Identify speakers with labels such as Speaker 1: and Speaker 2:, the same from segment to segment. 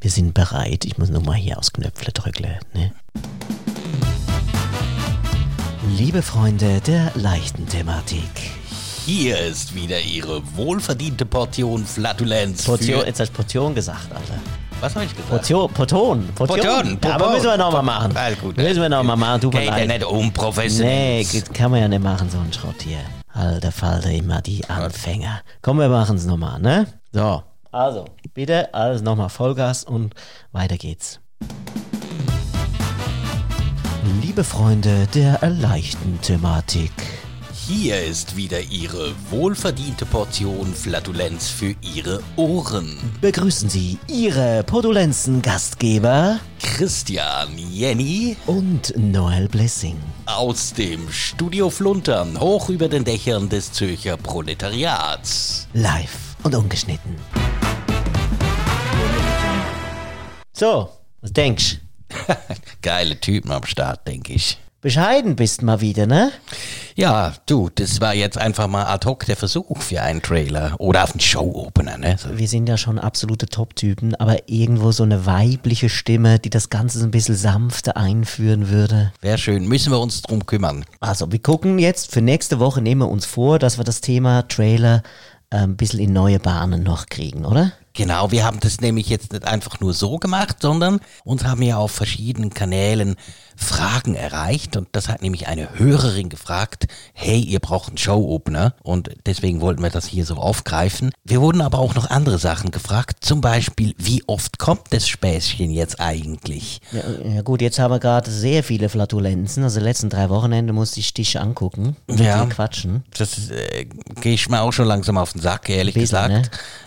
Speaker 1: wir sind bereit. Ich muss nochmal hier aufs Knöpfle drücken. Ne? Liebe Freunde der leichten Thematik.
Speaker 2: Hier ist wieder Ihre wohlverdiente Portion Flatulenz.
Speaker 1: Portion,
Speaker 2: für-
Speaker 1: jetzt hast du Portion gesagt, Alter.
Speaker 2: Was habe ich gesagt?
Speaker 1: Portion, Portion, Portion.
Speaker 2: Portion,
Speaker 1: Ja, aber
Speaker 2: Portion.
Speaker 1: müssen wir nochmal machen.
Speaker 2: Ah, gut.
Speaker 1: Müssen wir nochmal machen, du
Speaker 2: Geht ja
Speaker 1: leid.
Speaker 2: nicht unprofessionell.
Speaker 1: Nee, geht- kann man ja nicht machen, so ein Schrott hier. Alter Falter, immer die Anfänger. Komm, wir machen's nochmal, ne? So, also, bitte alles nochmal Vollgas und weiter geht's. Liebe Freunde der leichten Thematik.
Speaker 2: Hier ist wieder Ihre wohlverdiente Portion Flatulenz für Ihre Ohren.
Speaker 1: Begrüßen Sie Ihre Podulenzen Gastgeber
Speaker 2: Christian Jenny
Speaker 1: und Noel Blessing.
Speaker 2: aus dem Studio Fluntern, hoch über den Dächern des Zürcher Proletariats.
Speaker 1: Live und ungeschnitten. So, was denkst?
Speaker 2: Geile Typen am Start, denke ich.
Speaker 1: Bescheiden bist mal wieder, ne?
Speaker 2: Ja, du, das war jetzt einfach mal ad hoc der Versuch für einen Trailer oder auf einen Show-Opener, ne? So.
Speaker 1: wir sind ja schon absolute Top-Typen, aber irgendwo so eine weibliche Stimme, die das Ganze so ein bisschen sanfter einführen würde.
Speaker 2: Wäre schön, müssen wir uns drum kümmern.
Speaker 1: Also, wir gucken jetzt für nächste Woche, nehmen wir uns vor, dass wir das Thema Trailer äh, ein bisschen in neue Bahnen noch kriegen, oder?
Speaker 2: Genau, wir haben das nämlich jetzt nicht einfach nur so gemacht, sondern uns haben ja auf verschiedenen Kanälen Fragen erreicht und das hat nämlich eine Hörerin gefragt, hey, ihr braucht einen Show-Opener und deswegen wollten wir das hier so aufgreifen. Wir wurden aber auch noch andere Sachen gefragt, zum Beispiel, wie oft kommt das Späßchen jetzt eigentlich?
Speaker 1: Ja, ja gut, jetzt haben wir gerade sehr viele Flatulenzen. Also, die letzten drei Wochenende musste ich dich angucken und mit
Speaker 2: Ja.
Speaker 1: dir quatschen.
Speaker 2: Das ist, äh, gehe ich mir auch schon langsam auf den Sack, ehrlich
Speaker 1: Bisschen,
Speaker 2: gesagt.
Speaker 1: ne?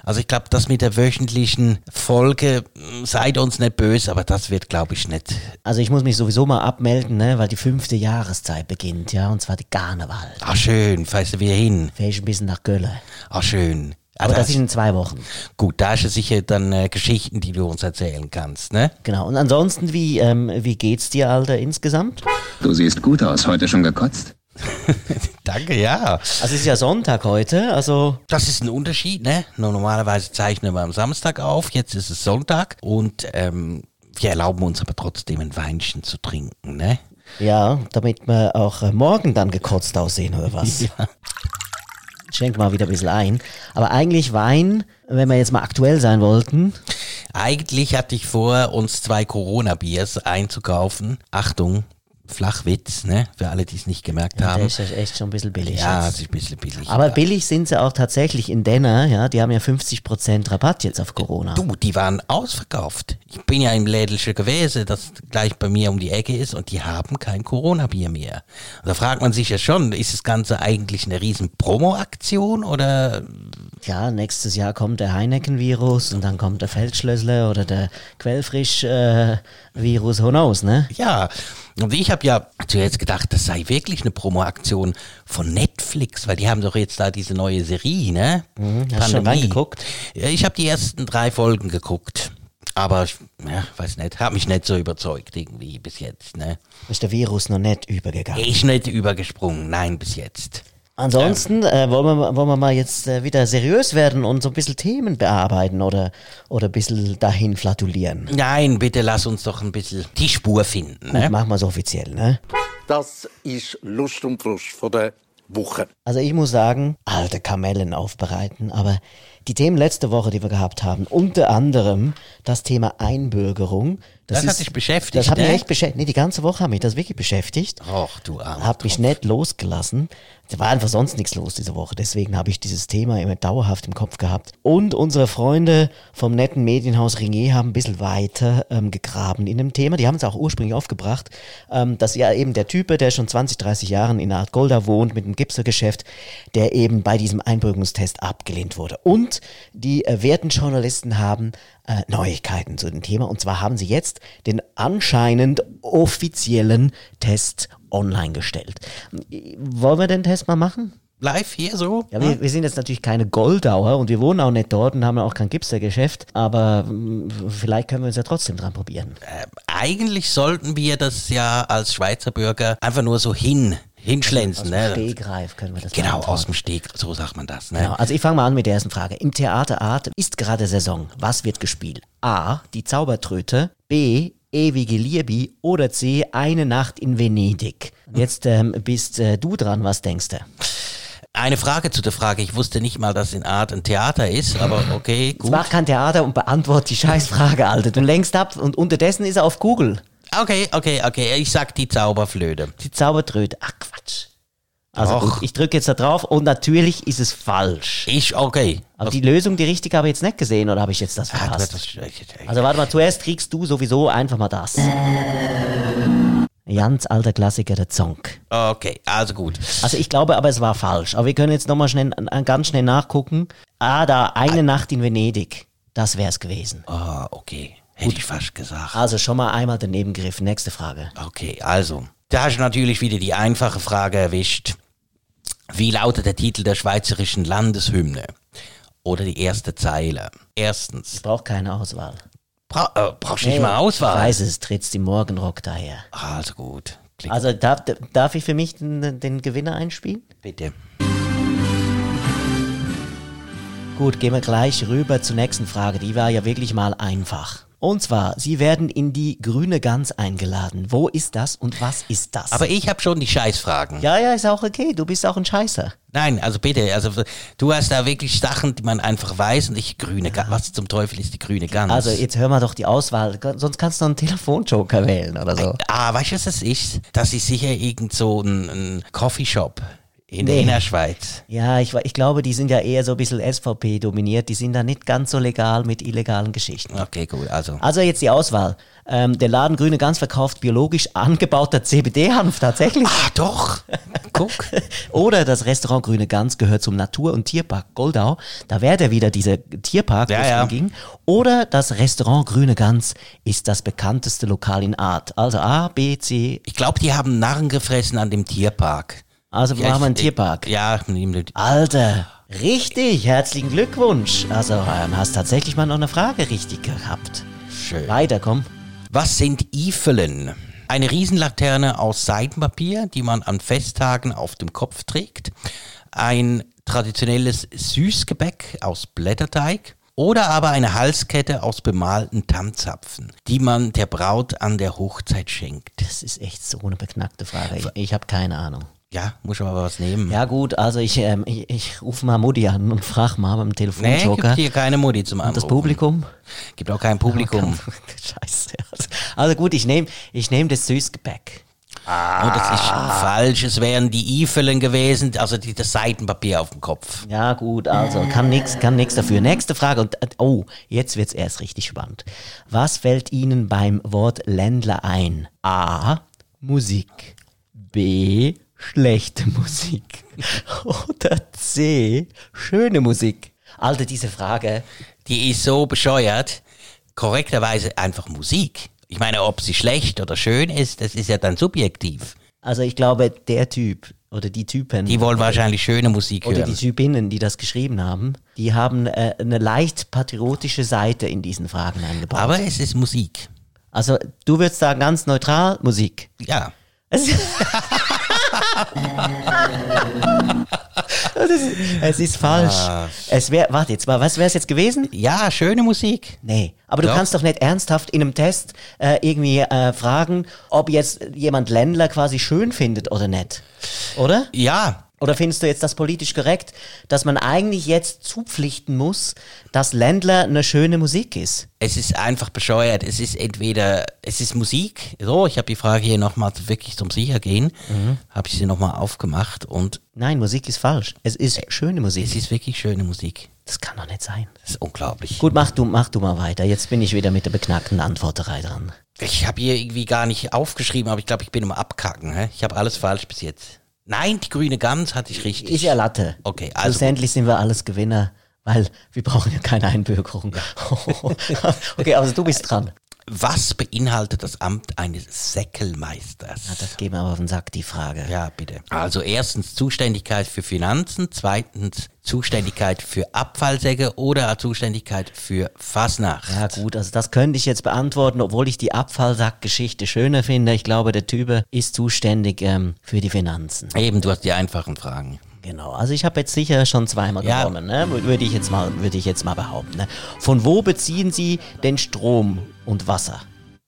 Speaker 2: Also ich glaube, das mit der wöchentlichen Folge, mh, seid uns nicht böse, aber das wird, glaube ich, nicht
Speaker 1: Also, ich muss mich sowieso mal abmelden, ne, weil die fünfte Jahreszeit beginnt, ja, und zwar die Karneval.
Speaker 2: Ah schön, fährst du wieder hin.
Speaker 1: Fähr ich ein bisschen nach Gölle.
Speaker 2: Ah schön. Ah,
Speaker 1: Aber
Speaker 2: da
Speaker 1: das ist
Speaker 2: ist,
Speaker 1: in zwei Wochen.
Speaker 2: gut, da ist ja sicher dann äh, Geschichten, die du uns erzählen kannst, ne?
Speaker 1: Genau. Und ansonsten, wie, ähm, wie geht's dir, Alter, insgesamt?
Speaker 3: Du siehst gut aus, heute schon gekotzt?
Speaker 2: Danke, ja.
Speaker 1: Also es ist ja Sonntag heute, also
Speaker 2: Das ist ein Unterschied, ne? Nur Normalerweise zeichnen wir am Samstag auf, jetzt ist es Sonntag und ähm, wir erlauben uns aber trotzdem ein Weinchen zu trinken, ne?
Speaker 1: ja, damit wir auch äh, morgen dann gekotzt aussehen oder was. Ich schenke mal wieder ein bisschen ein. Aber eigentlich Wein, wenn wir jetzt mal aktuell sein wollten,
Speaker 2: Eigentlich hatte ich vor, uns zwei Corona-Biers einzukaufen. Achtung, Flachwitz, ne? Für alle, die es nicht gemerkt
Speaker 1: der
Speaker 2: haben.
Speaker 1: ist das echt schon ein bisschen billig.
Speaker 2: Ja, das
Speaker 1: jetzt.
Speaker 2: ist ein bisschen billig.
Speaker 1: Aber billig sind sie auch tatsächlich in Denner, ja, die haben ja 50% Rabatt jetzt auf Corona.
Speaker 2: Du, die waren ausverkauft. Ich bin ja im Lädelsche gewesen, das gleich bei mir um die Ecke ist und die haben kein Corona-Bier mehr. Und da fragt man sich ja schon, ist das Ganze eigentlich eine riesen Promo-Aktion oder
Speaker 1: Ja, nächstes Jahr kommt der Heineken-Virus und dann kommt der Feldschlössler oder der Quellfrisch-Virus, who knows, ne?
Speaker 2: ja? Und ich habe ja zuerst gedacht, das sei wirklich eine Promo-Aktion von Netflix, weil die haben doch jetzt da diese neue Serie, ne?
Speaker 1: Mhm, Hast du schon reingeguckt?
Speaker 2: Ja, ich habe die ersten drei Folgen geguckt. Aber ich ja, weiß nicht, habe mich nicht so überzeugt irgendwie bis jetzt. Ne?
Speaker 1: Ist der Virus noch nicht übergegangen?
Speaker 2: Ich nicht übergesprungen, nein, bis jetzt.
Speaker 1: Ansonsten äh, wollen, wir, wollen wir mal jetzt äh, wieder seriös werden und so ein bisschen Themen bearbeiten oder, oder ein bisschen dahin flatulieren.
Speaker 2: Nein, bitte lass uns doch ein bisschen die Spur finden.
Speaker 1: Gut,
Speaker 2: Ne?
Speaker 1: machen wir es offiziell, ne?
Speaker 4: Das ist Lust und Frust von der Woche.
Speaker 1: Also ich muss sagen, alte Kamellen aufbereiten, aber die Themen letzte Woche, die wir gehabt haben, unter anderem das Thema Einbürgerung.
Speaker 2: Das hat
Speaker 1: ist-
Speaker 2: dich beschäftigt,
Speaker 1: Das hat
Speaker 2: ne? Oh.
Speaker 1: mich echt beschäftigt. Nee, die ganze Woche hat mich das wirklich beschäftigt.
Speaker 2: Och, du Arme.
Speaker 1: Hab mich nicht losgelassen. Da war einfach sonst nichts los diese Woche. Deswegen habe ich dieses Thema immer dauerhaft im Kopf gehabt. Und unsere Freunde vom netten Medienhaus Ringier haben ein bisschen weiter ähm, gegraben in dem Thema. Die haben es auch ursprünglich aufgebracht, ähm, dass ja eben der Typ, der schon 20, 30 Jahren in Art Golda wohnt mit einem Gipsergeschäft, der eben bei diesem Einbürgerungstest abgelehnt wurde. Und die äh, werten Journalisten haben äh, Neuigkeiten zu dem Thema. Und zwar haben sie jetzt den anscheinend offiziellen Test online gestellt. Wollen wir den Test mal machen?
Speaker 2: Live hier so?
Speaker 1: Ja, wir, wir sind jetzt natürlich keine Goldauer und wir wohnen auch nicht dort und haben auch kein Gipsergeschäft, aber mm, vielleicht können wir uns ja trotzdem dran probieren.
Speaker 2: Äh, eigentlich sollten wir das ja als Schweizer Bürger einfach nur so hin, Hinschlenzen,
Speaker 1: Aus dem
Speaker 2: ne?
Speaker 1: Stegreif können wir das
Speaker 2: Genau,
Speaker 1: beantworten.
Speaker 2: aus dem Steg, so sagt man das, ne?
Speaker 1: Genau, also ich fange mal an mit der ersten Frage. Im Theaterart ist gerade Saison. Was wird gespielt? A. Die Zaubertröte. B. Ewige Lierbi. Oder C. Eine Nacht in Venedig. Und Jetzt ähm, bist äh, du dran. Was denkst du?
Speaker 2: Eine Frage zu der Frage. Ich wusste nicht mal, dass in Art ein Theater ist, aber okay,
Speaker 1: Jetzt
Speaker 2: gut.
Speaker 1: mach kein Theater und beantwort die Scheißfrage, Alter. Du lenkst ab und unterdessen ist er auf Google.
Speaker 2: Okay, okay, okay. Ich sag die Zauberflöte.
Speaker 1: Die Zaubertröte. Ach, Quatsch. Also
Speaker 2: Doch.
Speaker 1: gut, ich drücke jetzt da drauf und natürlich ist es falsch.
Speaker 2: Ich, okay.
Speaker 1: Aber die Lösung, die richtige, habe ich jetzt nicht gesehen oder habe ich jetzt das
Speaker 2: Ah, du
Speaker 1: verpasst?
Speaker 2: hast- ich- ich-
Speaker 1: Also warte mal, zuerst kriegst du sowieso einfach mal das. Jans alter Klassiker, der Zonk.
Speaker 2: Okay, also gut.
Speaker 1: Also ich glaube aber, es war falsch. Aber wir können jetzt nochmal schnell, an- an- ganz schnell nachgucken. Ah, da, eine Nacht in Venedig. Das wär's gewesen.
Speaker 2: Ah, okay. Hätte ich fast gesagt.
Speaker 1: Also schon mal einmal daneben gegriffen. Nächste Frage.
Speaker 2: Okay, also. Da hast du natürlich wieder die einfache Frage erwischt. Wie lautet der Titel der schweizerischen Landeshymne? Oder die erste Zeile? Erstens.
Speaker 1: Braucht keine Auswahl.
Speaker 2: Bra äh, brauchst du nicht mal Auswahl?
Speaker 1: Ich weiß es, trittst im Morgenrock daher.
Speaker 2: Also gut. Klick
Speaker 1: Also darf, darf ich für mich den, den Gewinner einspielen?
Speaker 2: bitte.
Speaker 1: Gut, gehen wir gleich rüber zur nächsten Frage. Die war ja wirklich mal einfach. Und zwar, Sie werden in die grüne Gans eingeladen. Wo ist das und was ist das?
Speaker 2: Aber ich habe schon die Scheißfragen.
Speaker 1: ja, ja, ist auch okay. Du bist auch ein Scheißer.
Speaker 2: Nein, also bitte, also du hast da wirklich Sachen, die man einfach weiß und ich grüne Gans. Was zum Teufel ist die grüne Gans?
Speaker 1: Also, jetzt hör mal doch die Auswahl. Sonst kannst du noch einen Telefonjoker wählen oder so.
Speaker 2: ah, weißt du, was das ist? Das ist sicher irgend so ein, ein Coffeeshop in der
Speaker 1: Nee.
Speaker 2: Innerschweiz.
Speaker 1: Ja, ich, wa- ich glaube, die sind ja eher so ein bisschen SVP dominiert. Die sind da nicht ganz so legal mit illegalen Geschichten.
Speaker 2: Okay, gut, also.
Speaker 1: Also jetzt die Auswahl. Ähm, der Laden Grüne Gans verkauft biologisch angebauter CBD-Hanf tatsächlich.
Speaker 2: Ah, doch. Guck.
Speaker 1: Oder das Restaurant Grüne Gans gehört zum Natur- und Tierpark Goldau. Da wäre der wieder dieser Tierpark, wo
Speaker 2: Ja,
Speaker 1: es
Speaker 2: ja.
Speaker 1: drum ging. Oder das Restaurant Grüne Gans ist das bekannteste Lokal in Art. Also A, B, C.
Speaker 2: Ich glaube, die haben Narren gefressen an dem Tierpark.
Speaker 1: Also wir
Speaker 2: Ja,
Speaker 1: haben wir einen
Speaker 2: ich-
Speaker 1: Tierpark.
Speaker 2: Ja, nimm-
Speaker 1: Alter, richtig. Herzlichen Glückwunsch. Also ähm, hast tatsächlich mal noch eine Frage richtig gehabt.
Speaker 2: schön.
Speaker 1: Weiter, komm.
Speaker 2: Was sind Ifelen? Eine Riesenlaterne aus Seidenpapier, die man an Festtagen auf dem Kopf trägt. Ein traditionelles Süßgebäck aus Blätterteig. Oder aber eine Halskette aus bemalten Tannzapfen, die man der Braut an der Hochzeit schenkt.
Speaker 1: Das ist echt so eine beknackte Frage. Ich, ich habe keine Ahnung.
Speaker 2: Ja, muss aber was nehmen.
Speaker 1: Ja gut, also ich, ähm, ich, ich rufe mal Mutti an und frage mal mit dem
Speaker 2: nee, gibt
Speaker 1: Telefonjoker.
Speaker 2: hier keine Mutti zum Anrufen.
Speaker 1: das Publikum?
Speaker 2: Gibt auch kein Publikum.
Speaker 1: Scheiße. Also- Also gut, ich nehme ich nehm das Süßgebäck.
Speaker 2: Und Oh, das ist
Speaker 1: Ah.
Speaker 2: falsch. Es wären die Ifelen gewesen, also die, das Seidenpapier auf dem Kopf.
Speaker 1: Ja gut, also kann nix, kann nix dafür. Nächste Frage und äh, oh, jetzt wird's erst richtig spannend. Was fällt Ihnen beim Wort Ländler ein? A. Musik. B. Schlechte Musik. Oder C. Schöne Musik. Alter, diese Frage.
Speaker 2: die ist so bescheuert, korrekterweise einfach Musik. Ich meine, ob sie schlecht oder schön ist, das ist ja dann subjektiv.
Speaker 1: Also ich glaube, der Typ oder die Typen.
Speaker 2: Die wollen wahrscheinlich schöne Musik
Speaker 1: Oder die
Speaker 2: hören.
Speaker 1: Typinnen, die das geschrieben haben, die haben äh, eine leicht patriotische Seite in diesen Fragen eingebaut.
Speaker 2: Aber es ist Musik.
Speaker 1: also du würdest sagen, ganz neutral Musik.
Speaker 2: Ja.
Speaker 1: Es, das ist, es ist falsch. Es wäre, warte jetzt mal, was wäre es jetzt gewesen?
Speaker 2: Ja, schöne Musik.
Speaker 1: Nee, aber du
Speaker 2: Doch.
Speaker 1: kannst doch nicht ernsthaft in einem Test äh, irgendwie äh, fragen, ob jetzt jemand Ländler quasi schön findet oder nicht. Oder?
Speaker 2: Ja.
Speaker 1: Oder findest du jetzt das politisch korrekt, dass man eigentlich jetzt zupflichten muss, dass Ländler eine schöne Musik ist?
Speaker 2: Es ist einfach bescheuert. Es ist entweder, es ist Musik. So, ich habe die Frage hier nochmal wirklich zum Sichergehen.
Speaker 1: Mhm.
Speaker 2: Habe ich sie nochmal aufgemacht und
Speaker 1: Nein, Musik ist falsch. Es ist schöne
Speaker 2: es
Speaker 1: Musik.
Speaker 2: ist wirklich schöne Musik.
Speaker 1: Das kann doch nicht sein.
Speaker 2: Das ist unglaublich.
Speaker 1: Gut, mach du, mach du mal weiter. Jetzt bin ich wieder mit der beknackten Antworterei dran.
Speaker 2: Ich habe hier irgendwie gar nicht aufgeschrieben, aber ich glaube, ich bin im Abkacken. Hä? Ich habe alles falsch bis jetzt. Nein, die grüne Gans hatte ich richtig.
Speaker 1: Ist ja Latte.
Speaker 2: Okay, also-
Speaker 1: Schlussendlich sind wir alles Gewinner, weil wir brauchen ja keine Einbürgerung. okay, also du bist dran.
Speaker 2: Was beinhaltet das Amt eines Säckelmeisters?
Speaker 1: Ah, Das geht mir aber auf den Sack, die Frage.
Speaker 2: Ja, bitte. Also erstens Zuständigkeit für Finanzen, zweitens Zuständigkeit für Abfallsäcke oder Zuständigkeit für Fasnacht.
Speaker 1: Ja gut, also das könnte ich jetzt beantworten, obwohl ich die Abfallsackgeschichte schöner finde. Ich glaube, der Typ ist zuständig ähm, für die Finanzen.
Speaker 2: Eben, du hast die einfachen Fragen.
Speaker 1: Genau, also ich habe jetzt sicher schon zweimal
Speaker 2: Ja.
Speaker 1: gewonnen, ne? Wür- würde ich jetzt mal, würde ich jetzt mal behaupten. Ne? Von wo beziehen Sie den Strom und Wasser?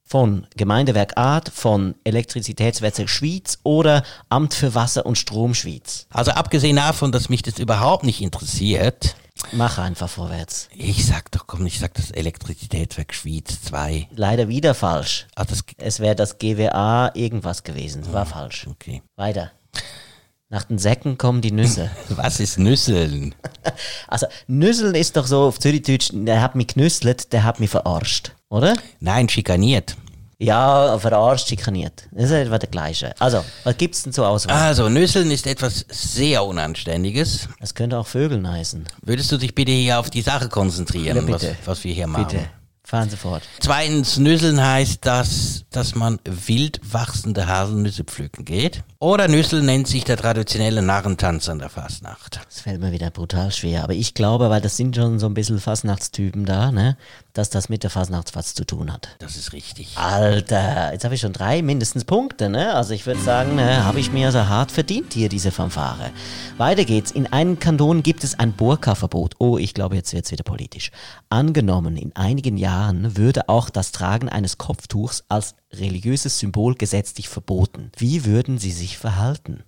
Speaker 1: Von Gemeindewerk Art, von Elektrizitätswerke Schwyz oder Amt für Wasser und Strom Schwyz?
Speaker 2: Also abgesehen davon, dass mich das überhaupt nicht interessiert,
Speaker 1: Mach einfach vorwärts.
Speaker 2: ich sag doch, komm, ich sag das Elektrizitätswerk Schwyz 2.
Speaker 1: Leider wieder falsch.
Speaker 2: Ah, das,
Speaker 1: Es wäre das GWA irgendwas gewesen. War falsch.
Speaker 2: okay.
Speaker 1: Weiter. Nach den Säcken kommen die Nüsse.
Speaker 2: Was ist Nüsseln?
Speaker 1: Also Nüsseln ist doch so auf Zürichdeutsch, der hat mich genüsselt, der hat mich verarscht, oder?
Speaker 2: Nein, schikaniert.
Speaker 1: Ja, verarscht, schikaniert. Das ist etwa der gleiche. Also, was gibt's denn zur Auswahl?
Speaker 2: Also, Nüsseln ist etwas sehr Unanständiges.
Speaker 1: Das könnte auch Vögeln heißen.
Speaker 2: Würdest du dich bitte hier auf die Sache konzentrieren,
Speaker 1: Ja, bitte.
Speaker 2: Was, was wir hier machen?
Speaker 1: Bitte, fahren Sie fort.
Speaker 2: Zweitens, Nüsseln heißt, dass, dass man wild wachsende Haselnüsse pflücken geht. Oder Nüsseln nennt sich der traditionelle Narrentanz an der Fastnacht.
Speaker 1: Das fällt mir wieder brutal schwer. Aber ich glaube, weil das sind schon so ein bisschen Fasnachtstypen da, ne? Dass das mit der Fasnacht was zu tun hat.
Speaker 2: Das ist richtig.
Speaker 1: Alter, jetzt habe ich schon drei mindestens Punkte, ne? Also ich würde sagen, ne, habe ich mir also hart verdient hier diese Fanfare. Weiter geht's. In einem Kanton gibt es ein Burka-Verbot. Oh, ich glaube, jetzt wird's wieder politisch. Angenommen, in einigen Jahren würde auch das Tragen eines Kopftuchs als religiöses Symbol gesetzlich verboten. Wie würden Sie sich verhalten?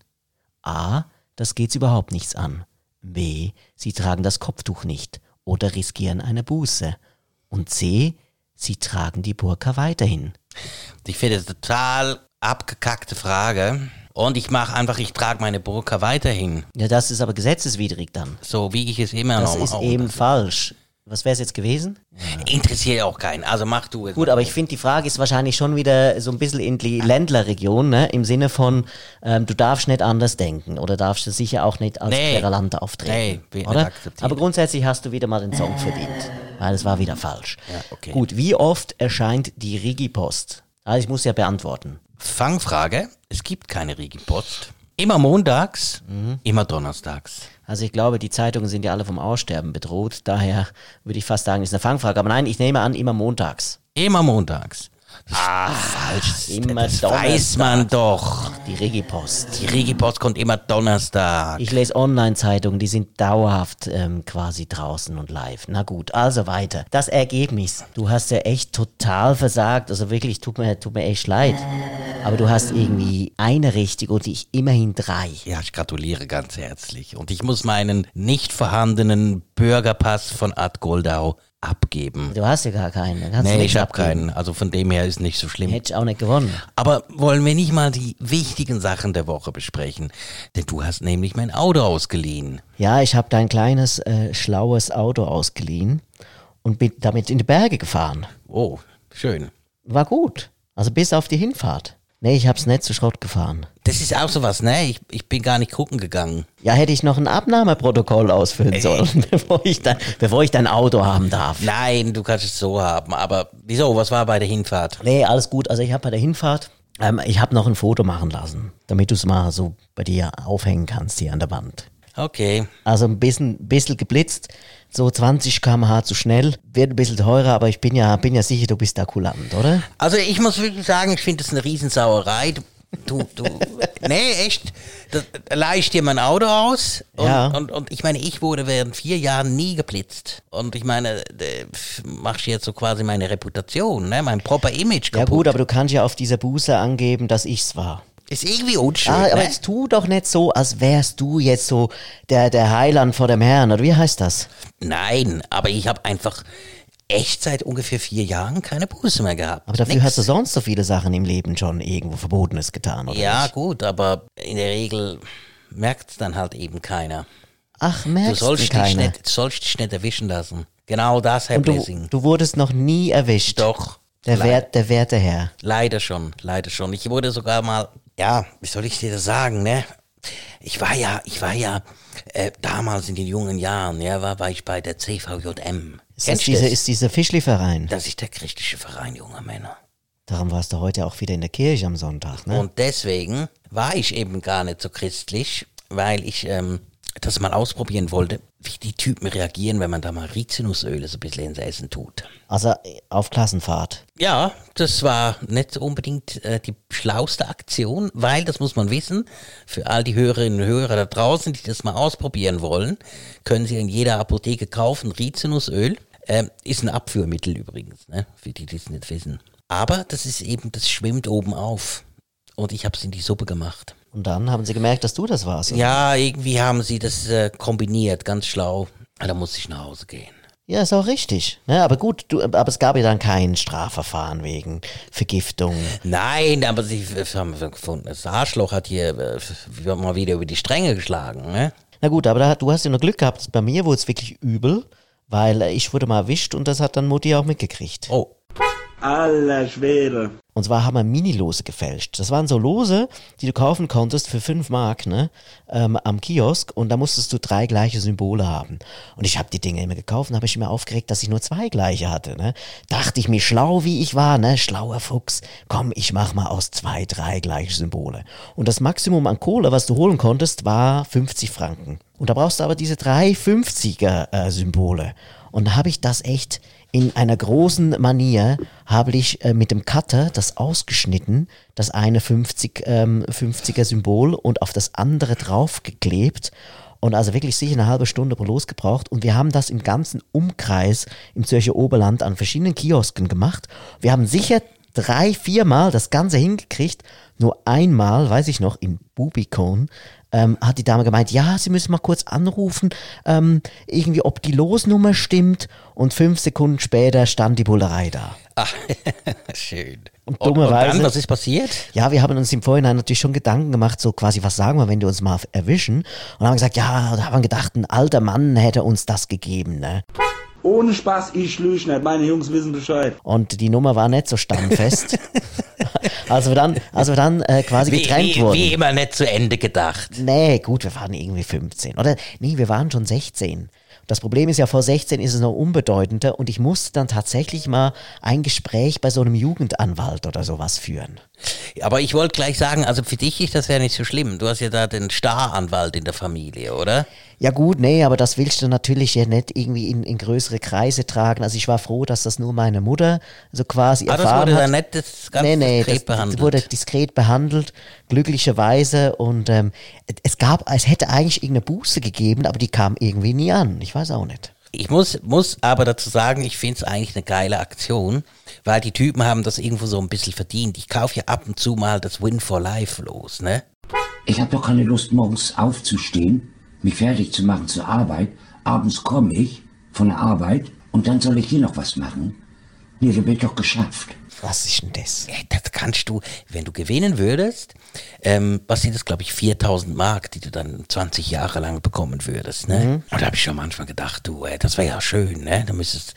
Speaker 1: A. Das geht's überhaupt nichts an. B. Sie tragen das Kopftuch nicht oder riskieren eine Buße. Und C. Sie tragen die Burka weiterhin.
Speaker 2: Ich finde das total abgekackte Frage. Und ich mache einfach, ich trage meine Burka weiterhin.
Speaker 1: Ja, das ist aber gesetzeswidrig dann.
Speaker 2: So wie ich es immer
Speaker 1: Das
Speaker 2: noch
Speaker 1: ist
Speaker 2: mache.
Speaker 1: eben falsch. Was wäre es jetzt gewesen?
Speaker 2: Interessiert auch keinen. Also mach du es.
Speaker 1: Gut, aber ich finde, die Frage ist wahrscheinlich schon wieder so ein bisschen in die Ländlerregion, ne? im Sinne von, ähm, du darfst nicht anders denken oder darfst du sicher auch nicht als
Speaker 2: Nee.
Speaker 1: Querulant
Speaker 2: Nee,
Speaker 1: auftreten.
Speaker 2: wird nicht
Speaker 1: oder?
Speaker 2: akzeptiert.
Speaker 1: Aber grundsätzlich hast du wieder mal den Song verdient, weil es war wieder falsch.
Speaker 2: Ja, okay.
Speaker 1: Gut, wie oft erscheint die Rigi-Post? Also ich muss ja beantworten.
Speaker 2: Fangfrage. Es gibt keine Riegenpost. Immer montags,
Speaker 1: Mhm.
Speaker 2: immer donnerstags.
Speaker 1: Also ich glaube, die Zeitungen sind ja alle vom Aussterben bedroht, daher würde ich fast sagen, ist eine Fangfrage. Aber nein, ich nehme an, immer montags.
Speaker 2: Immer montags. Das ah, falsch.
Speaker 1: immer
Speaker 2: das weiß man doch.
Speaker 1: Die Rigi-Post.
Speaker 2: Die Regipost kommt immer Donnerstag.
Speaker 1: Ich lese Online-Zeitungen, die sind dauerhaft ähm, quasi draußen und live. Na gut, also weiter. Das Ergebnis. Du hast ja echt total versagt. Also wirklich, tut mir, tut mir echt leid. Aber du hast irgendwie eine richtig und ich immerhin drei.
Speaker 2: ja, ich gratuliere ganz herzlich. Und ich muss meinen nicht vorhandenen Bürgerpass von Art Goldau abgeben.
Speaker 1: Du hast ja gar keinen. Dann kannst du
Speaker 2: Nee,
Speaker 1: nicht
Speaker 2: ich habe
Speaker 1: abgeben.
Speaker 2: keinen. Also von dem her ist nicht so schlimm.
Speaker 1: Hätte ich auch nicht gewonnen.
Speaker 2: Aber wollen wir nicht mal die wichtigen Sachen der Woche besprechen? Denn du hast nämlich mein Auto ausgeliehen.
Speaker 1: Ja, ich habe dein kleines, äh, schlaues Auto ausgeliehen und bin damit in die Berge gefahren.
Speaker 2: Oh, schön.
Speaker 1: War gut. Also bis auf die Hinfahrt. Nee, ich hab's nicht zu Schrott gefahren.
Speaker 2: Das ist auch sowas, ne? Ich, ich bin gar nicht gucken gegangen.
Speaker 1: Ja, hätte ich noch ein Abnahmeprotokoll ausfüllen sollen, bevor ich, dann, bevor ich dein Auto haben darf.
Speaker 2: Nein, du kannst es so haben. Aber wieso? Was war bei der Hinfahrt?
Speaker 1: Nee, alles gut. Also ich habe bei der Hinfahrt, ähm, ich habe noch ein Foto machen lassen, damit du es mal so bei dir aufhängen kannst hier an der Wand.
Speaker 2: Okay.
Speaker 1: Also ein bisschen, bisschen geblitzt, so 20 km/h zu schnell, wird ein bisschen teurer, aber ich bin ja, bin ja sicher, du bist da kulant, oder?
Speaker 2: Also ich muss wirklich sagen, ich finde das eine Riesensauerei. Du, du, du nee, echt. Das, leihst dir mein Auto aus. Und,
Speaker 1: Ja.
Speaker 2: und, und ich meine, ich wurde während vier Jahren nie geblitzt. Und ich meine, äh, pf, machst jetzt so quasi meine Reputation, ne? mein proper Image
Speaker 1: Ja
Speaker 2: kaputt.
Speaker 1: gut, aber du kannst ja auf dieser Buße angeben, dass ich's war.
Speaker 2: Ist irgendwie unschön,
Speaker 1: Ah, aber
Speaker 2: ne?
Speaker 1: jetzt tu doch nicht so, als wärst du jetzt so der, der Heiland vor dem Herrn, oder wie heißt das?
Speaker 2: Nein, aber ich habe einfach echt seit ungefähr vier Jahren keine Buße mehr gehabt.
Speaker 1: Aber dafür
Speaker 2: Nix.
Speaker 1: hast du sonst so viele Sachen im Leben schon irgendwo Verbotenes getan, oder?
Speaker 2: Ja gut, aber in der Regel merkt's dann halt eben keiner.
Speaker 1: Ach,
Speaker 2: Du
Speaker 1: merkst du
Speaker 2: sollst dich,
Speaker 1: keine.
Speaker 2: nicht, sollst dich nicht erwischen lassen. Genau das, Herr
Speaker 1: Und du,
Speaker 2: Blessing.
Speaker 1: du wurdest noch nie erwischt.
Speaker 2: Doch,
Speaker 1: Der, Wert, der werte Herr.
Speaker 2: leider schon, leider schon. Ich wurde sogar mal, ja, wie soll ich dir das sagen, ne? Ich war ja, ich war ja äh, damals in den jungen Jahren, ja, war, war ich bei der CVJM.
Speaker 1: Ist, das
Speaker 2: Kennst du
Speaker 1: dieser,
Speaker 2: das?
Speaker 1: ist dieser Fischli-Verein.
Speaker 2: Das ist der christliche Verein junger Männer.
Speaker 1: Darum warst du heute auch wieder in der Kirche am Sonntag, ne?
Speaker 2: Mhm. Und deswegen war ich eben gar nicht so christlich, weil ich ähm, das mal ausprobieren wollte, wie die Typen reagieren, wenn man da mal Rizinusöle so ein bisschen ins Essen tut.
Speaker 1: also auf Klassenfahrt.
Speaker 2: Ja, das war nicht so unbedingt äh, die schlauste Aktion, weil, das muss man wissen, für all die Hörerinnen und Hörer da draußen, die das mal ausprobieren wollen, können sie in jeder Apotheke kaufen, Rizinusöl. Ähm, ist ein Abführmittel übrigens, ne? für die, die es nicht wissen. Aber das ist eben, das schwimmt oben auf. Und ich habe es in die Suppe gemacht.
Speaker 1: Und dann haben sie gemerkt, dass du das warst.
Speaker 2: Ja, irgendwie haben sie das äh, kombiniert, ganz schlau. Ah, Da musste ich nach Hause gehen.
Speaker 1: Ja, ist auch richtig. Ne? Aber gut, du, aber es gab ja dann kein Strafverfahren wegen Vergiftung.
Speaker 2: Nein, aber sie f- haben gefunden, das Arschloch hat hier äh, f- mal wieder über die Stränge geschlagen, ne?
Speaker 1: Na gut, aber da, du hast ja nur Glück gehabt. Bei mir wurde es wirklich übel, weil äh, ich wurde mal erwischt und das hat dann Mutti auch mitgekriegt.
Speaker 2: Oh,
Speaker 5: Alla Schwere.
Speaker 1: Und zwar haben wir Minilose gefälscht. Das waren so Lose, die du kaufen konntest für 5 Mark ne, ähm, am Kiosk und da musstest du drei gleiche Symbole haben. Und ich habe die Dinge immer gekauft und habe mich immer aufgeregt, dass ich nur zwei gleiche hatte. Ne. Dachte ich mir, schlau wie ich war, ne, schlauer Fuchs, komm, ich mach mal aus zwei, drei gleiche Symbole. Und das Maximum an Kohle, was du holen konntest, war 50 Franken. Und da brauchst du aber diese drei äh, 50er-Symbole. Und da habe ich das echt in einer großen Manier habe ich äh, mit dem Cutter das ausgeschnitten, das eine 50, ähm, 50er Symbol und auf das andere draufgeklebt und also wirklich sicher eine halbe Stunde pro Los gebraucht und wir haben das im ganzen Umkreis im Zürcher Oberland an verschiedenen Kiosken gemacht. Wir haben sicher drei, viermal das Ganze hingekriegt. Nur einmal, weiß ich noch, in Bubikon ähm, hat die Dame gemeint, ja, sie müssen mal kurz anrufen, ähm, irgendwie, ob die Losnummer stimmt. Und fünf Sekunden später stand die Bullerei da.
Speaker 2: ach, Ah, schön. Und,
Speaker 1: dummerweise-
Speaker 2: dann, was ist passiert?
Speaker 1: Ja, wir haben uns im Vorhinein natürlich schon Gedanken gemacht, so quasi, was sagen wir, wenn die uns mal erwischen? Und haben gesagt, ja, da haben wir gedacht, ein alter Mann hätte uns das gegeben, ne?
Speaker 5: Ohne Spaß, ich lüge nicht. Meine Jungs wissen Bescheid.
Speaker 1: Und die Nummer war nicht so stammfest. als wir dann, als wir dann äh, quasi
Speaker 2: Wie,
Speaker 1: getrennt
Speaker 2: wie,
Speaker 1: wurden.
Speaker 2: wie immer nicht zu Ende gedacht.
Speaker 1: Nee, gut, wir waren irgendwie 15. Oder nee, wir waren schon 16. Das Problem ist ja, vor 16 ist es noch unbedeutender und ich musste dann tatsächlich mal ein Gespräch bei so einem Jugendanwalt oder sowas führen.
Speaker 2: Aber ich wollte gleich sagen, also für dich ist das ja nicht so schlimm. Du hast ja da den Staranwalt in der Familie, oder?
Speaker 1: Ja gut, nee, aber das willst du natürlich ja nicht irgendwie in, in größere Kreise tragen. Also ich war froh, dass das nur meine Mutter so quasi
Speaker 2: Aber Ah, das
Speaker 1: erfahren
Speaker 2: wurde
Speaker 1: hat.
Speaker 2: dann nicht das ganze
Speaker 1: nee, nee,
Speaker 2: diskret
Speaker 1: das,
Speaker 2: behandelt.
Speaker 1: Das wurde diskret behandelt, glücklicherweise. Und ähm, es gab, es hätte eigentlich irgendeine Buße gegeben, aber die kam irgendwie nie an. Ich weiß auch nicht.
Speaker 2: Ich muss, muss aber dazu sagen, ich finde es eigentlich eine geile Aktion, weil die Typen haben das irgendwo so ein bisschen verdient. Ich kaufe ja ab und zu mal das Win for Life los, ne?
Speaker 6: Ich habe doch keine Lust, morgens aufzustehen, mich fertig zu machen zur Arbeit. Abends komme ich von der Arbeit und dann soll ich hier noch was machen. Nee, dann bin ich doch geschafft.
Speaker 1: Was ist denn das?
Speaker 2: Ey, das kannst du, wenn du gewinnen würdest, ähm, was sind das, glaube ich, 4000 Mark, die du dann 20 Jahre lang bekommen würdest, ne? Und da habe ich schon manchmal gedacht, du, ey, das wäre ja schön, ne? Da müsstest,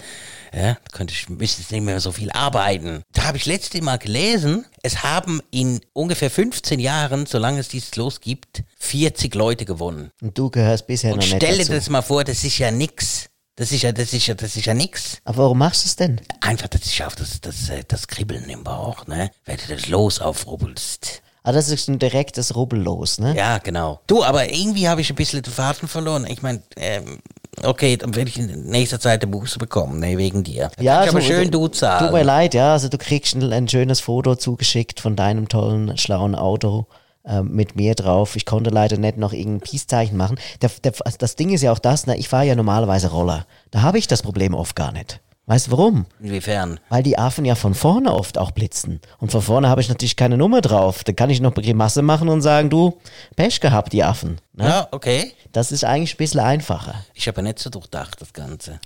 Speaker 2: ja, da könntest, müsstest nicht mehr so viel arbeiten. Da habe ich letztes Mal gelesen, es haben in ungefähr 15 Jahren, solange es dieses Los gibt, 40 Leute gewonnen.
Speaker 1: Und du gehörst bisher
Speaker 2: Und
Speaker 1: noch nicht
Speaker 2: stell dir
Speaker 1: dazu.
Speaker 2: das mal vor, das ist ja nix. Das ist ja, das ist ja, das ist ja nix.
Speaker 1: Aber warum machst du es denn?
Speaker 2: Einfach, das ist ja auch das, das, äh, das Kribbeln im Bauch, ne? Wenn du das Los aufrubbelst.
Speaker 1: Ah, das ist ein direktes Rubbellos, ne?
Speaker 2: Ja, genau. Du, aber irgendwie habe ich ein bisschen den Faden verloren. Ich meine, ähm, okay, dann werde ich in nächster Zeit eine Buße bekommen, ne? Wegen dir. Dann kann ich aber
Speaker 1: so-
Speaker 2: schön du
Speaker 1: also Tut mir
Speaker 2: zahlen.
Speaker 1: leid, ja. Also du kriegst ein, ein schönes Foto zugeschickt von deinem tollen, schlauen Auto ähm, mit mir drauf. Ich konnte leider nicht noch irgendein Peace-Zeichen machen. Der, der, also das Ding ist ja auch das, ne, ich fahre ja normalerweise Roller. Da habe ich das Problem oft gar nicht. Weißt du warum?
Speaker 2: Inwiefern?
Speaker 1: Weil die Affen ja von vorne oft auch blitzen. Und von vorne habe ich natürlich keine Nummer drauf. Dann kann ich noch eine Grimasse machen und sagen, du, Pech gehabt, die Affen.
Speaker 2: Ja, okay.
Speaker 1: Das ist eigentlich ein bisschen einfacher.
Speaker 2: Ich habe ja nicht so durchdacht, das Ganze.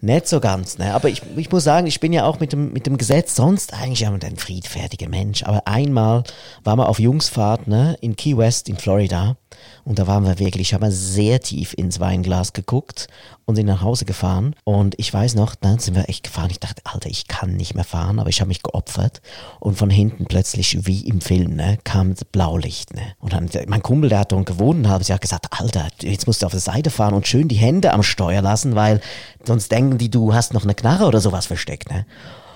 Speaker 1: Nicht so ganz, ne? Aber ich, ich muss sagen, ich bin ja auch mit dem, mit dem Gesetz sonst eigentlich ja ein friedfertiger Mensch. Aber einmal waren wir auf Jungsfahrt, ne? In Key West in Florida. Und da waren wir wirklich, haben wir sehr tief ins Weinglas geguckt und sind nach Hause gefahren. Und ich weiß noch, dann sind wir echt gefahren. Ich dachte, Alter, ich kann nicht mehr fahren, aber ich habe mich geopfert. Und von hinten plötzlich, wie im Film, ne, kam das Blaulicht. Ne. Und dann, mein Kumpel, der hat dort gewohnt, und habe ich auch gesagt, Alter, jetzt musst du auf der Seite fahren und schön die Hände am Steuer lassen, weil sonst denken die, du hast noch eine Knarre oder sowas versteckt. Ne.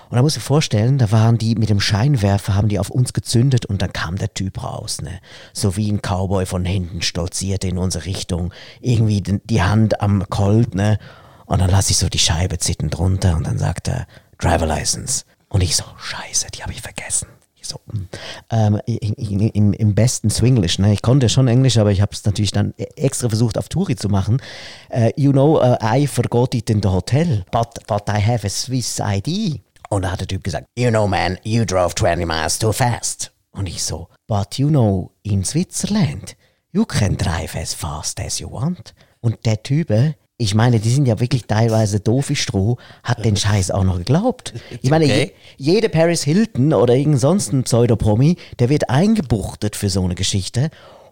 Speaker 1: Und da musst du dir vorstellen, da waren die mit dem Scheinwerfer, haben die auf uns gezündet und dann kam der Typ raus, ne? So wie ein Cowboy von hinten stolzierte in unsere Richtung, irgendwie den- die Hand am Colt, ne? Und dann lasse ich so die Scheibe zittend runter und dann sagt er, Driver License. Und ich so, scheiße, die habe ich vergessen. Ich so, hm. ähm, in, in, im, Im besten Swinglish, ne? Ich konnte schon Englisch, aber ich habe es natürlich dann e, extra versucht auf Touri zu machen. Äh, you know, uh, I forgot it in the hotel, but, but I have a Swiss ID. Und da hat der Typ gesagt, you know man, you drove 20 miles too fast. Und ich so, but you know, in Switzerland, you can drive as fast as you want. Und der Typ, ich meine, die sind ja wirklich teilweise doof wie Stroh, hat den Scheiß auch noch geglaubt. Ich meine, je,
Speaker 2: Okay.
Speaker 1: jede Paris Hilton oder irgend sonst ein Pseudopromi, der wird eingebuchtet für so eine Geschichte.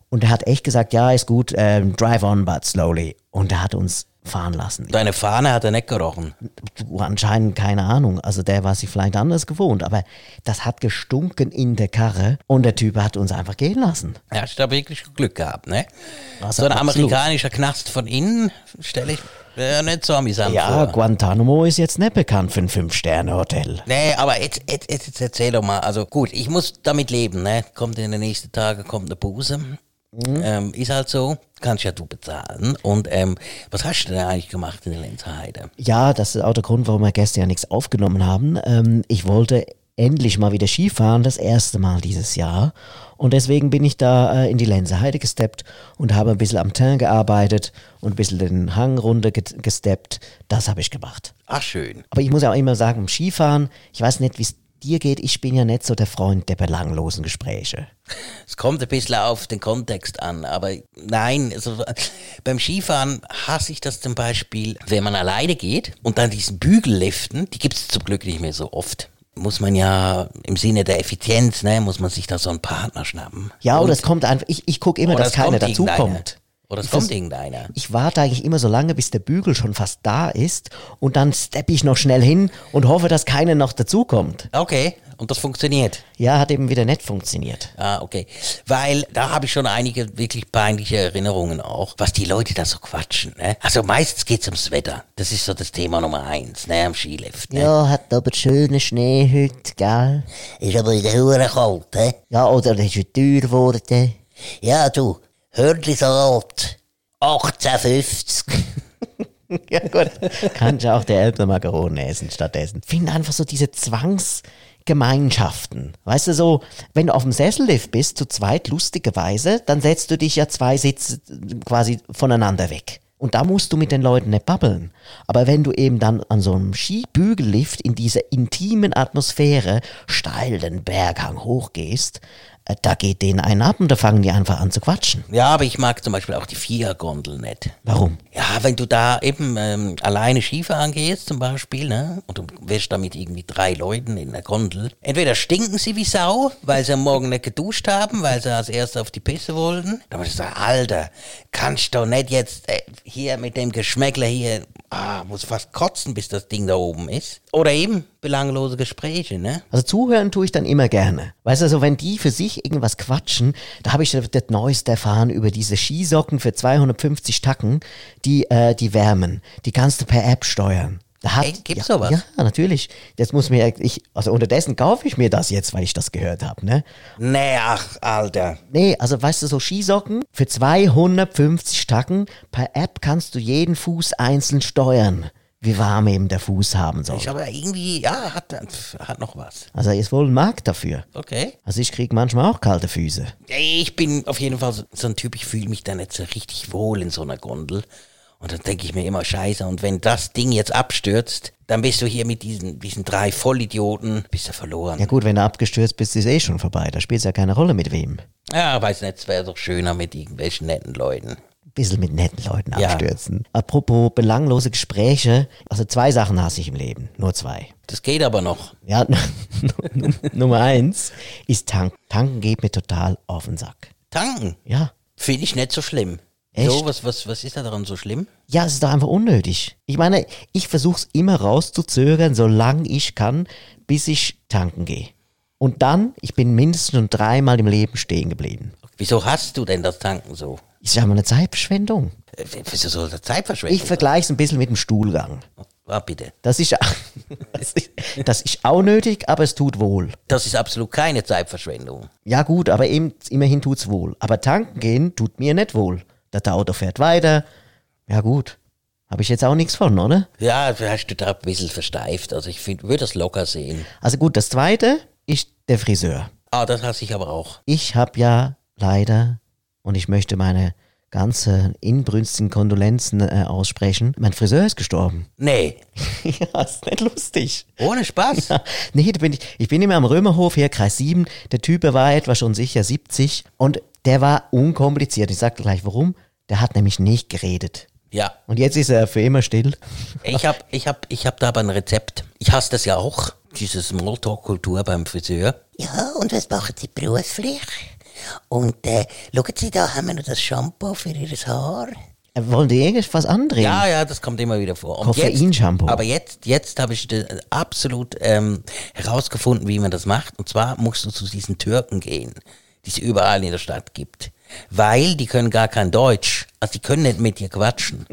Speaker 1: Und er hat echt gesagt, ja, ist gut, ähm, drive on, but slowly. Und er hat uns fahren lassen.
Speaker 2: Deine Fahne hat er nicht gerochen.
Speaker 1: Du, anscheinend keine Ahnung. Also der war sich vielleicht anders gewohnt, aber das hat gestunken in der Karre und der Typ hat uns einfach gehen lassen.
Speaker 2: Er hat da wirklich Glück gehabt, ne?
Speaker 1: Also
Speaker 2: so ein
Speaker 1: absolut.
Speaker 2: amerikanischer Knast von innen stelle ich äh, nicht so amüsant
Speaker 1: Ja,
Speaker 2: vor.
Speaker 1: Guantanamo ist jetzt nicht bekannt für ein Fünf-Sterne-Hotel.
Speaker 2: Nee, aber jetzt, jetzt, jetzt, jetzt erzähl doch mal. Also gut, ich muss damit leben, ne? Kommt in den nächsten Tagen, kommt eine Buße.
Speaker 1: Mhm.
Speaker 2: Ähm, ist halt so, kannst ja du bezahlen. Und ähm, was hast du denn eigentlich gemacht in der Lenzerheide?
Speaker 1: Ja, das ist auch der Grund, warum wir gestern ja nichts aufgenommen haben. Ähm, ich wollte endlich mal wieder Skifahren, das erste Mal dieses Jahr. Und deswegen bin ich da äh, in die Lenseheide gesteppt und habe ein bisschen am Teint gearbeitet und ein bisschen den Hang runter ge- gesteppt. Das habe ich gemacht.
Speaker 2: Ach schön.
Speaker 1: Aber ich muss ja auch immer sagen, beim Skifahren, ich weiß nicht, wie es dir geht, ich bin ja nicht so der Freund der belanglosen Gespräche.
Speaker 2: Es kommt ein bisschen auf den Kontext an, aber nein, also beim Skifahren hasse ich das zum Beispiel, wenn man alleine geht und dann diesen Bügelliften, die gibt es zum Glück nicht mehr so oft. Muss man ja im Sinne der Effizienz, ne, muss man sich da so einen Partner schnappen.
Speaker 1: Ja,
Speaker 2: Und-
Speaker 1: oder es kommt einfach, ich, ich gucke immer,
Speaker 2: oder
Speaker 1: dass
Speaker 2: es
Speaker 1: keiner
Speaker 2: Oh, kommt irgendeiner.
Speaker 1: dazukommt.
Speaker 2: Oder es
Speaker 1: Ich
Speaker 2: kommt
Speaker 1: vers-
Speaker 2: irgendeiner.
Speaker 1: Ich warte eigentlich immer so lange, bis der Bügel schon fast da ist und dann steppe ich noch schnell hin und hoffe, dass keiner noch dazukommt.
Speaker 2: Okay, und das funktioniert.
Speaker 1: Ja, hat eben wieder nicht funktioniert.
Speaker 2: Ah, okay. Weil da habe ich schon einige wirklich peinliche Erinnerungen auch, was die Leute da so quatschen. Ne? Also meistens geht's ums Wetter. Das ist so das Thema Nummer eins, ne, am Skilift. Ne?
Speaker 1: Ja, hat aber schöne Schnee heute, gell?
Speaker 2: Ist aber in der Hure kalt, hä?
Speaker 1: Ja, oder ist schon teuer geworden.
Speaker 2: Ja, du, Hörnlisalat, 1850.
Speaker 1: Ja, gut. Kannst ja auch der Elbner Makaronen essen stattdessen. Finde einfach so diese Zwangsgemeinschaften. Weißt du, so, wenn du auf dem Sessellift bist, zu zweit lustigerweise, dann setzt du dich ja zwei Sitze äh, quasi voneinander weg. Und da musst du mit den Leuten nicht babbeln. Aber wenn du eben dann an so einem Skibügellift in dieser intimen Atmosphäre steil den Berghang hochgehst, äh, da geht denen ein ab und da fangen die einfach an zu quatschen.
Speaker 2: Ja, aber ich mag zum Beispiel auch die Vierergondel nicht.
Speaker 1: Warum?
Speaker 2: Ja, wenn du da eben ähm, alleine Skifahren gehst zum Beispiel, ne? Und du wärst da mit irgendwie drei Leuten in der Gondel. Entweder stinken sie wie Sau, weil sie am Morgen nicht geduscht haben, weil sie als erst auf die Pisse wollten. Da musst du sagen, Alter, kannst du nicht jetzt äh, hier mit dem Geschmäckler hier, ah, muss fast kotzen, bis das Ding da oben ist. Oder eben belanglose Gespräche, ne?
Speaker 1: Also zuhören tue ich dann immer gerne. Weißt du, also wenn die für sich irgendwas quatschen, da habe ich das das Neueste erfahren über diese Skisocken für 250 Tacken, die, äh, die wärmen. Die kannst du per App steuern. Da hat,
Speaker 2: Ey, gibt's
Speaker 1: ja,
Speaker 2: sowas?
Speaker 1: Ja, natürlich. Das muss mir, ich, also unterdessen kaufe ich mir das jetzt, weil ich das gehört habe, ne?
Speaker 2: Nee, ach, Alter.
Speaker 1: Nee, also weißt du, so Skisocken für 250 Tacken, per App kannst du jeden Fuß einzeln steuern, wie warm eben der Fuß haben soll.
Speaker 2: Ich aber irgendwie, ja, hat, hat noch was.
Speaker 1: Also ist wohl ein Markt dafür.
Speaker 2: Okay.
Speaker 1: Also ich krieg manchmal auch kalte Füße.
Speaker 2: Ich bin auf jeden Fall so- so ein Typ, ich fühle mich da nicht so richtig wohl in so einer Gondel. Und dann denke ich mir immer, scheiße, und wenn das Ding jetzt abstürzt, dann bist du hier mit diesen, diesen drei Vollidioten, bist du verloren.
Speaker 1: Ja
Speaker 2: Ja,
Speaker 1: gut, wenn du abgestürzt bist, ist eh schon vorbei. Da spielt es ja keine Rolle mit wem.
Speaker 2: weiß nicht, es wäre doch schöner mit irgendwelchen netten Leuten.
Speaker 1: Ein bisschen mit netten Leuten
Speaker 2: Ja.
Speaker 1: abstürzen. Apropos belanglose Gespräche. Also zwei Sachen hasse ich im Leben. Nur zwei.
Speaker 2: Das geht aber noch.
Speaker 1: Ja, Nummer eins ist tanken. Tanken geht mir total auf den Sack.
Speaker 2: Tanken.
Speaker 1: Ja.
Speaker 2: Finde ich nicht so schlimm.
Speaker 1: Echt?
Speaker 2: So, was, was, was ist da daran so schlimm?
Speaker 1: Ja, es ist doch einfach unnötig. Ich meine, ich versuche es immer rauszuzögern, solange ich kann, bis ich tanken gehe. Und dann, ich bin mindestens schon dreimal im Leben stehen geblieben.
Speaker 2: Wieso hast du denn das Tanken so?
Speaker 1: Ist ja mal eine Zeitverschwendung.
Speaker 2: Äh, Wieso soll das Zeitverschwendung?
Speaker 1: Ich vergleiche es ein bisschen mit dem Stuhlgang.
Speaker 2: ah, bitte.
Speaker 1: Das ist, das, ist, das ist auch nötig, aber es tut wohl.
Speaker 2: Das ist absolut keine Zeitverschwendung.
Speaker 1: Ja gut, aber eben, immerhin tut's wohl. Aber tanken gehen tut mir nicht wohl. Das Auto fährt weiter. Ja gut, habe ich jetzt auch nichts von, oder?
Speaker 2: Ja, du hast du da ein bisschen versteift. Also ich find, würde das locker sehen.
Speaker 1: Also gut, das Zweite ist der Friseur.
Speaker 2: Ah, das hasse ich aber auch.
Speaker 1: Ich habe ja leider, und ich möchte meine ganze inbrünstigen Kondolenzen äh, aussprechen, mein Friseur ist gestorben.
Speaker 2: Nee,
Speaker 1: ja, ist nicht lustig.
Speaker 2: ohne Spaß.
Speaker 1: Nee, da bin ich, ich bin immer am Römerhof hier, Kreis 7. Der Typ er war etwa schon sicher 70 und der war unkompliziert. Ich sag gleich warum. Der hat nämlich nicht geredet.
Speaker 2: Ja,
Speaker 1: Und jetzt ist er für immer still.
Speaker 2: ich hab, ich hab, ich hab da aber ein Rezept. Ich hasse das ja auch, diese Smalltalk-Kultur beim Friseur.
Speaker 7: Ja, und was machen Sie beruflich? Und äh, schauen Sie, da haben wir noch das Shampoo für Ihr Haar.
Speaker 1: Äh, Wollen die irgendwas andrehen?
Speaker 2: Ja, ja, das kommt immer wieder vor. Und
Speaker 1: Koffeinshampoo.
Speaker 2: jetzt- Aber jetzt, jetzt habe ich äh, absolut ähm, herausgefunden, wie man das macht. Und zwar musst du zu diesen Türken gehen, die es überall in der Stadt gibt. Weil die können gar kein Deutsch. Also die können nicht mit dir quatschen.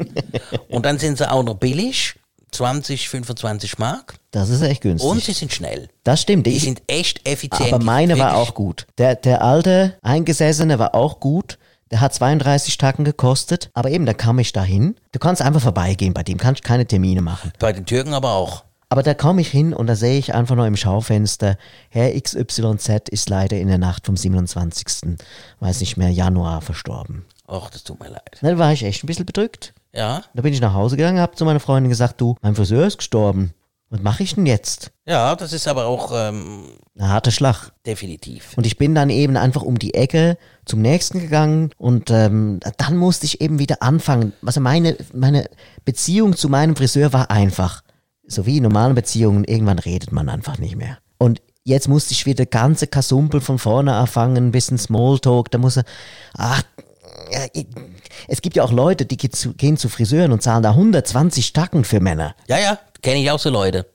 Speaker 2: Und dann sind sie auch noch billig. 20, 25 Mark.
Speaker 1: Das ist echt günstig.
Speaker 2: Und sie sind schnell.
Speaker 1: das stimmt.
Speaker 2: Die
Speaker 1: Ich-
Speaker 2: sind echt effizient.
Speaker 1: Aber
Speaker 2: Die
Speaker 1: meine
Speaker 2: sind
Speaker 1: war
Speaker 2: wirklich-
Speaker 1: auch gut. Der, der alte Eingesessene war auch gut. Der hat 32 Tacken gekostet. Aber eben, da kam ich da hin. Du kannst einfach vorbeigehen bei dem, kannst keine Termine machen.
Speaker 2: Bei den Türken aber auch.
Speaker 1: Aber da komme ich hin und da sehe ich einfach nur im Schaufenster, Herr XYZ ist leider in der Nacht vom 27. weiß nicht mehr, Januar verstorben.
Speaker 2: Ach, das tut mir leid.
Speaker 1: Dann war ich echt ein bisschen bedrückt.
Speaker 2: Ja,
Speaker 1: Da bin ich nach Hause gegangen, habe zu meiner Freundin gesagt, du, mein Friseur ist gestorben. Was mache ich denn jetzt?
Speaker 2: ja, das ist aber auch ähm,
Speaker 1: Eine harte Schlag.
Speaker 2: definitiv.
Speaker 1: Und ich bin dann eben einfach um die Ecke zum nächsten gegangen und ähm, dann musste ich eben wieder anfangen. Also meine, meine Beziehung zu meinem Friseur war einfach. So wie in normalen Beziehungen, irgendwann redet man einfach nicht mehr. Und jetzt musste ich wieder ganze Kasumpel von vorne anfangen, ein bisschen Smalltalk, da muss er, ach, ja, ich- es gibt ja auch Leute, die ge- zu- gehen zu Friseuren und zahlen da 120 Tacken für Männer.
Speaker 2: Ja, ja, kenne ich auch so Leute.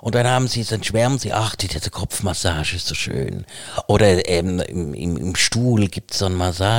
Speaker 2: Und dann haben sie, dann schwärmen sie, ach, die- diese Kopfmassage ist so schön. Oder ähm, im, im, im Stuhl gibt es so eine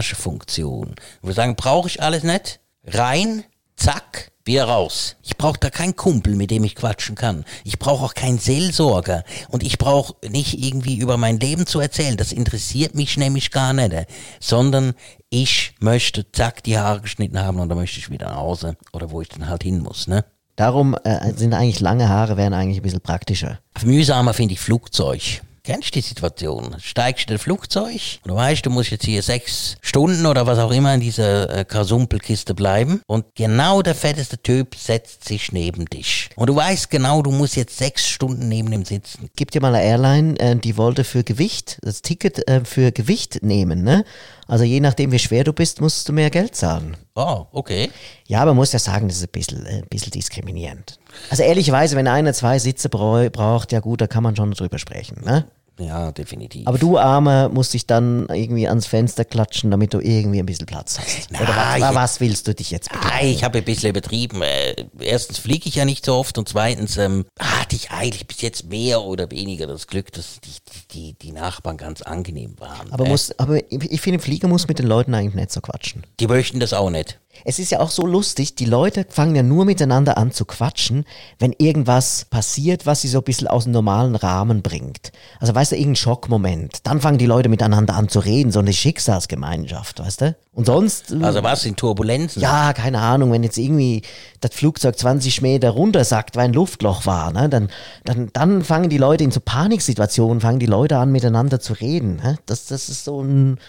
Speaker 2: Massagefunktion. Und wir sagen, brauche ich alles nicht? Rein, zack, wieder raus. Ich brauche da keinen Kumpel, mit dem ich quatschen kann. Ich brauche auch keinen Seelsorger. Und ich brauche nicht irgendwie über mein Leben zu erzählen. Das interessiert mich nämlich gar nicht. äh. Sondern ich möchte, zack, die Haare geschnitten haben und dann möchte ich wieder nach Hause. Oder wo ich dann halt hin muss, ne?
Speaker 1: Darum äh, sind eigentlich lange Haare, wären eigentlich ein bisschen praktischer.
Speaker 2: Mühsamer finde ich Flugzeug. Kennst du die Situation? Steigst du in ein Flugzeug und du weißt, du musst jetzt hier sechs Stunden oder was auch immer in dieser äh, Kasumpelkiste bleiben und genau der fetteste Typ setzt sich neben dich. Und du weißt genau, du musst jetzt sechs Stunden neben ihm sitzen.
Speaker 1: gibt ja mal eine Airline, äh, die wollte für Gewicht, das Ticket äh, für Gewicht nehmen, ne? Also je nachdem, wie schwer du bist, musst du mehr Geld zahlen.
Speaker 2: Oh, okay.
Speaker 1: Ja, aber man muss ja sagen, das ist ein bisschen, äh, ein bisschen diskriminierend. Also ehrlicherweise, wenn einer zwei Sitze brau- braucht, ja gut, da kann man schon drüber sprechen, ne?
Speaker 2: Ja, definitiv.
Speaker 1: Aber du Arme musst dich dann irgendwie ans Fenster klatschen, damit du irgendwie ein bisschen Platz hast. Oder was,
Speaker 2: Nein.
Speaker 1: na, was willst du dich jetzt
Speaker 2: Ah, ich habe ein bisschen übertrieben. Äh, Erstens fliege ich ja nicht so oft und zweitens ähm, hatte ich eigentlich bis jetzt mehr oder weniger das Glück, dass die, die, die Nachbarn ganz angenehm waren. Äh,
Speaker 1: aber, muss, aber ich ich finde, Flieger muss mit den Leuten eigentlich nicht so quatschen.
Speaker 2: Die möchten das auch nicht.
Speaker 1: Es ist ja auch so lustig, die Leute fangen ja nur miteinander an zu quatschen, wenn irgendwas passiert, was sie so ein bisschen aus dem normalen Rahmen bringt. Also weißt du, irgendein Schockmoment. Dann fangen die Leute miteinander an zu reden, so eine Schicksalsgemeinschaft, weißt du? Und sonst. äh,
Speaker 2: Also was in Turbulenzen?
Speaker 1: ja, keine Ahnung, wenn jetzt irgendwie das Flugzeug 20 Meter runtersackt, weil ein Luftloch war, ne, dann, dann, dann fangen die Leute in so Paniksituationen, fangen die Leute an, miteinander zu reden. Ne? Das, das ist so ein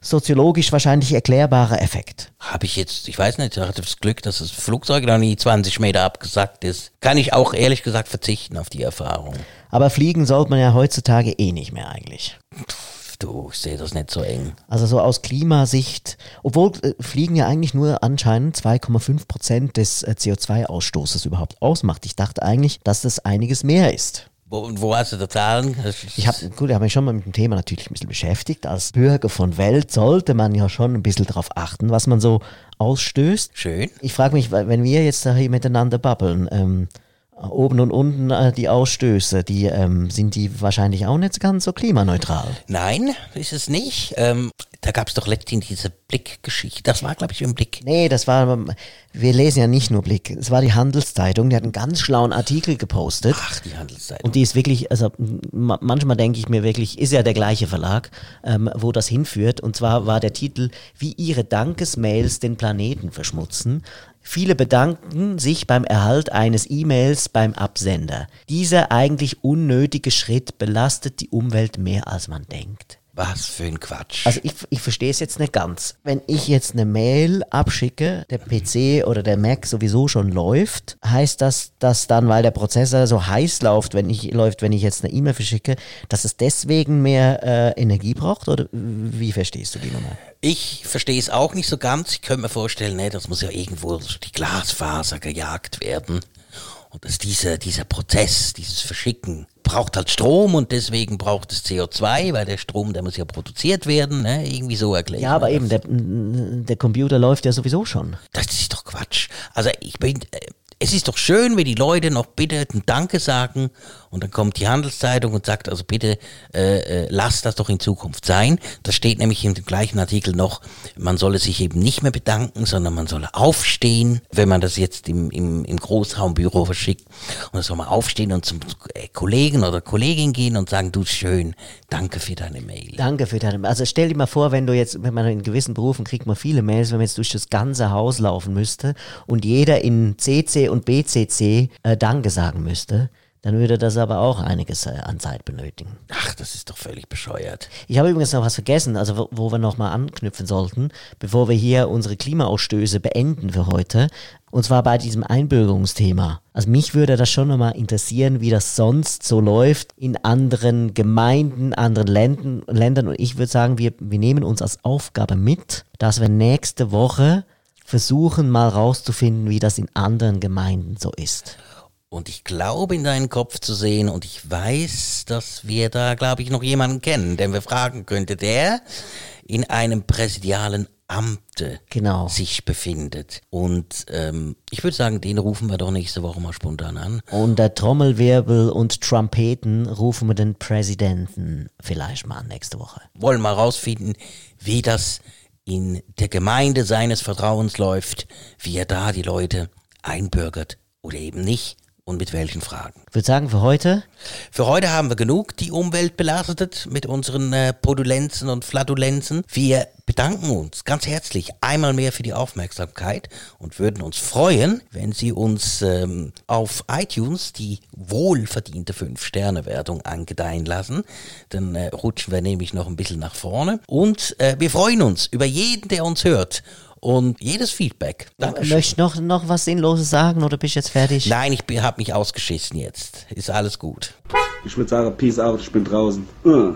Speaker 1: soziologisch wahrscheinlich erklärbarer Effekt.
Speaker 2: Habe ich jetzt, ich weiß nicht, ich hatte das Glück, dass das Flugzeug noch nie 20 Meter abgesackt ist. Kann ich auch ehrlich gesagt verzichten auf die Erfahrung.
Speaker 1: Aber fliegen sollte man ja heutzutage eh nicht mehr eigentlich.
Speaker 2: Du, ich sehe das nicht so eng.
Speaker 1: Also so aus Klimasicht, obwohl äh, Fliegen ja eigentlich nur anscheinend 2,5 Prozent des äh, CO2-Ausstoßes überhaupt ausmacht. Ich dachte eigentlich, dass das einiges mehr ist.
Speaker 2: Wo, und wo hast du da Zahlen? Das ist-
Speaker 1: Ich habe gut, ich habe mich schon mal mit dem Thema natürlich ein bisschen beschäftigt. Als Bürger von Welt sollte man ja schon ein bisschen darauf achten, was man so ausstößt.
Speaker 2: Schön.
Speaker 1: Ich frage mich, weil- wenn wir jetzt da hier miteinander babbeln, ähm, oben und unten äh, die Ausstöße, die ähm, sind die wahrscheinlich auch nicht ganz so klimaneutral.
Speaker 2: Nein, ist es nicht. Ähm, da gab es doch letztens diese Blickgeschichte. Das war, glaube ich, im Blick.
Speaker 1: Nee, das war, wir lesen ja nicht nur Blick. Es war die Handelszeitung, die hat einen ganz schlauen Artikel gepostet.
Speaker 2: Ach, die Handelszeitung.
Speaker 1: Und die ist wirklich, also ma- manchmal denke ich mir wirklich, ist ja der gleiche Verlag, ähm, wo das hinführt. Und zwar war der Titel, wie ihre Dankesmails den Planeten verschmutzen. Viele bedanken sich beim Erhalt eines E-Mails beim Absender. Dieser eigentlich unnötige Schritt belastet die Umwelt mehr, als man denkt.
Speaker 2: Was für ein Quatsch.
Speaker 1: Also ich, ich verstehe es jetzt nicht ganz. Wenn ich jetzt eine Mail abschicke, der PC oder der Mac sowieso schon läuft, heißt das, dass dann, weil der Prozessor so heiß läuft, wenn ich, läuft, wenn ich jetzt eine E-Mail verschicke, dass es deswegen mehr äh, Energie braucht? Oder wie verstehst du die Nummer?
Speaker 2: Ich verstehe es auch nicht so ganz. Ich könnte mir vorstellen, nee, das muss ja irgendwo durch die Glasfaser gejagt werden. Und dass dieser, dieser Prozess, dieses Verschicken, braucht halt Strom und deswegen braucht es CO2, weil der Strom, der muss ja produziert werden, ne? irgendwie so erklärt.
Speaker 1: Ja, aber eben, der, der Computer läuft ja sowieso schon.
Speaker 2: Das ist doch Quatsch. Also ich bin, äh, es ist doch schön, wenn die Leute noch bitte ein Danke sagen und dann kommt die Handelszeitung und sagt, also bitte äh, äh, lasst das doch in Zukunft sein. Das steht nämlich in dem gleichen Artikel noch, man solle sich eben nicht mehr bedanken, sondern man solle aufstehen, wenn man das jetzt im, im, im Großraumbüro verschickt. Und dann soll man aufstehen und zum äh, Kollegen oder Kollegin gehen und sagen, du schön, danke für deine Mail.
Speaker 1: Danke für deine. Also stell dir mal vor, wenn du jetzt, wenn man in gewissen Berufen kriegt man viele Mails, wenn man jetzt durch das ganze Haus laufen müsste und jeder in CC und BCC äh, Danke sagen müsste, dann würde das aber auch einiges äh, an Zeit benötigen.
Speaker 2: Ach, das ist doch völlig bescheuert.
Speaker 1: Ich habe übrigens noch was vergessen, also wo, wo wir nochmal anknüpfen sollten, bevor wir hier unsere Klimaausstöße beenden für heute. Und zwar bei diesem Einbürgerungsthema. Also mich würde das schon nochmal interessieren, wie das sonst so läuft in anderen Gemeinden, anderen Ländern. Ländern. Und ich würde sagen, wir, wir nehmen uns als Aufgabe mit, dass wir nächste Woche versuchen mal rauszufinden, wie das in anderen Gemeinden so ist.
Speaker 2: Und ich glaube, in deinen Kopf zu sehen. Und ich weiß, dass wir da, glaube ich, noch jemanden kennen, den wir fragen könnte, der in einem präsidialen Amte
Speaker 1: Genau.
Speaker 2: sich befindet. Und ähm, ich würde sagen, den rufen wir doch nächste Woche mal spontan an.
Speaker 1: Unter Trommelwirbel und Trompeten rufen wir den Präsidenten vielleicht mal an nächste Woche.
Speaker 2: Wollen mal rausfinden, wie das in der Gemeinde seines Vertrauens läuft, wie er da die Leute einbürgert oder eben nicht und mit welchen Fragen.
Speaker 1: Ich würde sagen, für heute,
Speaker 2: Für heute haben wir genug die Umwelt belastet mit unseren äh, Podulenzen und Flatulenzen. Wir bedanken uns ganz herzlich einmal mehr für die Aufmerksamkeit und würden uns freuen, wenn Sie uns ähm, auf iTunes die wohlverdiente 5-Sterne-Wertung angedeihen lassen. Dann äh, rutschen wir nämlich noch ein bisschen nach vorne. Und äh, wir freuen uns über jeden, der uns hört und jedes Feedback. Dankeschön.
Speaker 1: möchtest du noch, noch was Sinnloses sagen oder bist du jetzt fertig?
Speaker 2: Nein, ich habe mich ausgeschissen jetzt. Ist alles gut.
Speaker 5: Ich würde sagen, Peace out, ich bin draußen. Uh.